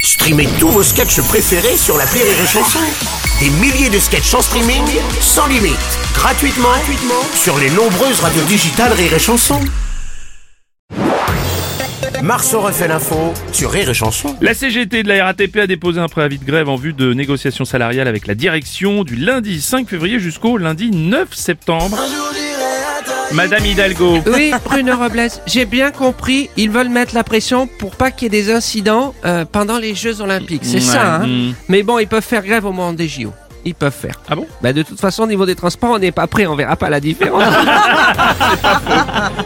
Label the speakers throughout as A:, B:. A: Streamez tous vos sketchs préférés sur la Rire et Chanson. Des milliers de sketchs en streaming, sans limite, gratuitement, gratuitement sur les nombreuses radios digitales Rire et Chanson. Marceau refait l'info sur Rire et Chanson.
B: La CGT de la RATP a déposé un préavis de grève en vue de négociations salariales avec la direction du lundi 5 février jusqu'au lundi 9 septembre. Madame Hidalgo,
C: Oui, Bruno Robles, j'ai bien compris, ils veulent mettre la pression pour pas qu'il y ait des incidents euh, pendant les Jeux Olympiques. C'est
B: Ouais,
C: ça, hein
B: hmm.
C: Mais bon, ils peuvent faire grève au moment des JO. Ils peuvent faire.
B: Ah bon
C: Bah de toute façon, au niveau des transports, on n'est pas prêt, on verra pas la différence.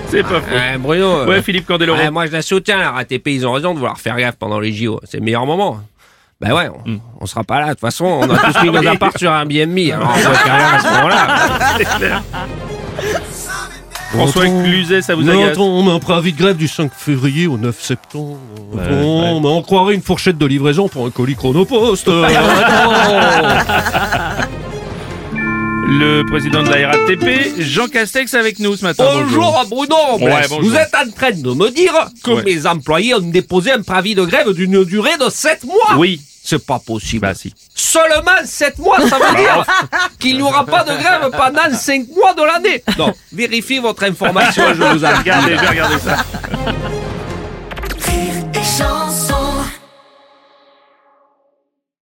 B: c'est pas faux.
C: Ouais, Bruno, euh,
B: Ouais, Philippe Candeloro.
C: ouais, moi je la soutiens, la RATP, ils ont raison de vouloir faire grève pendant les JO. C'est le meilleur moment. Bah ouais, on, on sera pas là. De toute façon, on a tous mis nos apparts sur un BMI. Alors on voit rien à ce moment-là.
B: François Cluzet, ça vous
D: Non,
B: agace
D: attends, on met un préavis de grève du 5 février au 9 septembre. Attends,
B: ouais.
D: mais on croirait une fourchette de livraison pour un colis chronopost. Euh,
B: Le président de la RATP, Jean Castex, avec nous ce matin.
C: Bonjour à Bruno Robles.
B: Ouais, bonjour.
C: Vous êtes en train de me dire que
B: Ouais.
C: mes employés ont déposé un préavis de grève d'une durée de 7 mois
B: Oui.
C: C'est pas possible.
B: Bah si. Bah,
C: Seulement 7 mois, ça veut dire qu'il n'y aura pas de grève pendant 5 mois de l'année. Non, vérifiez votre information, je vous en
B: Regardez, je vais regarder ça.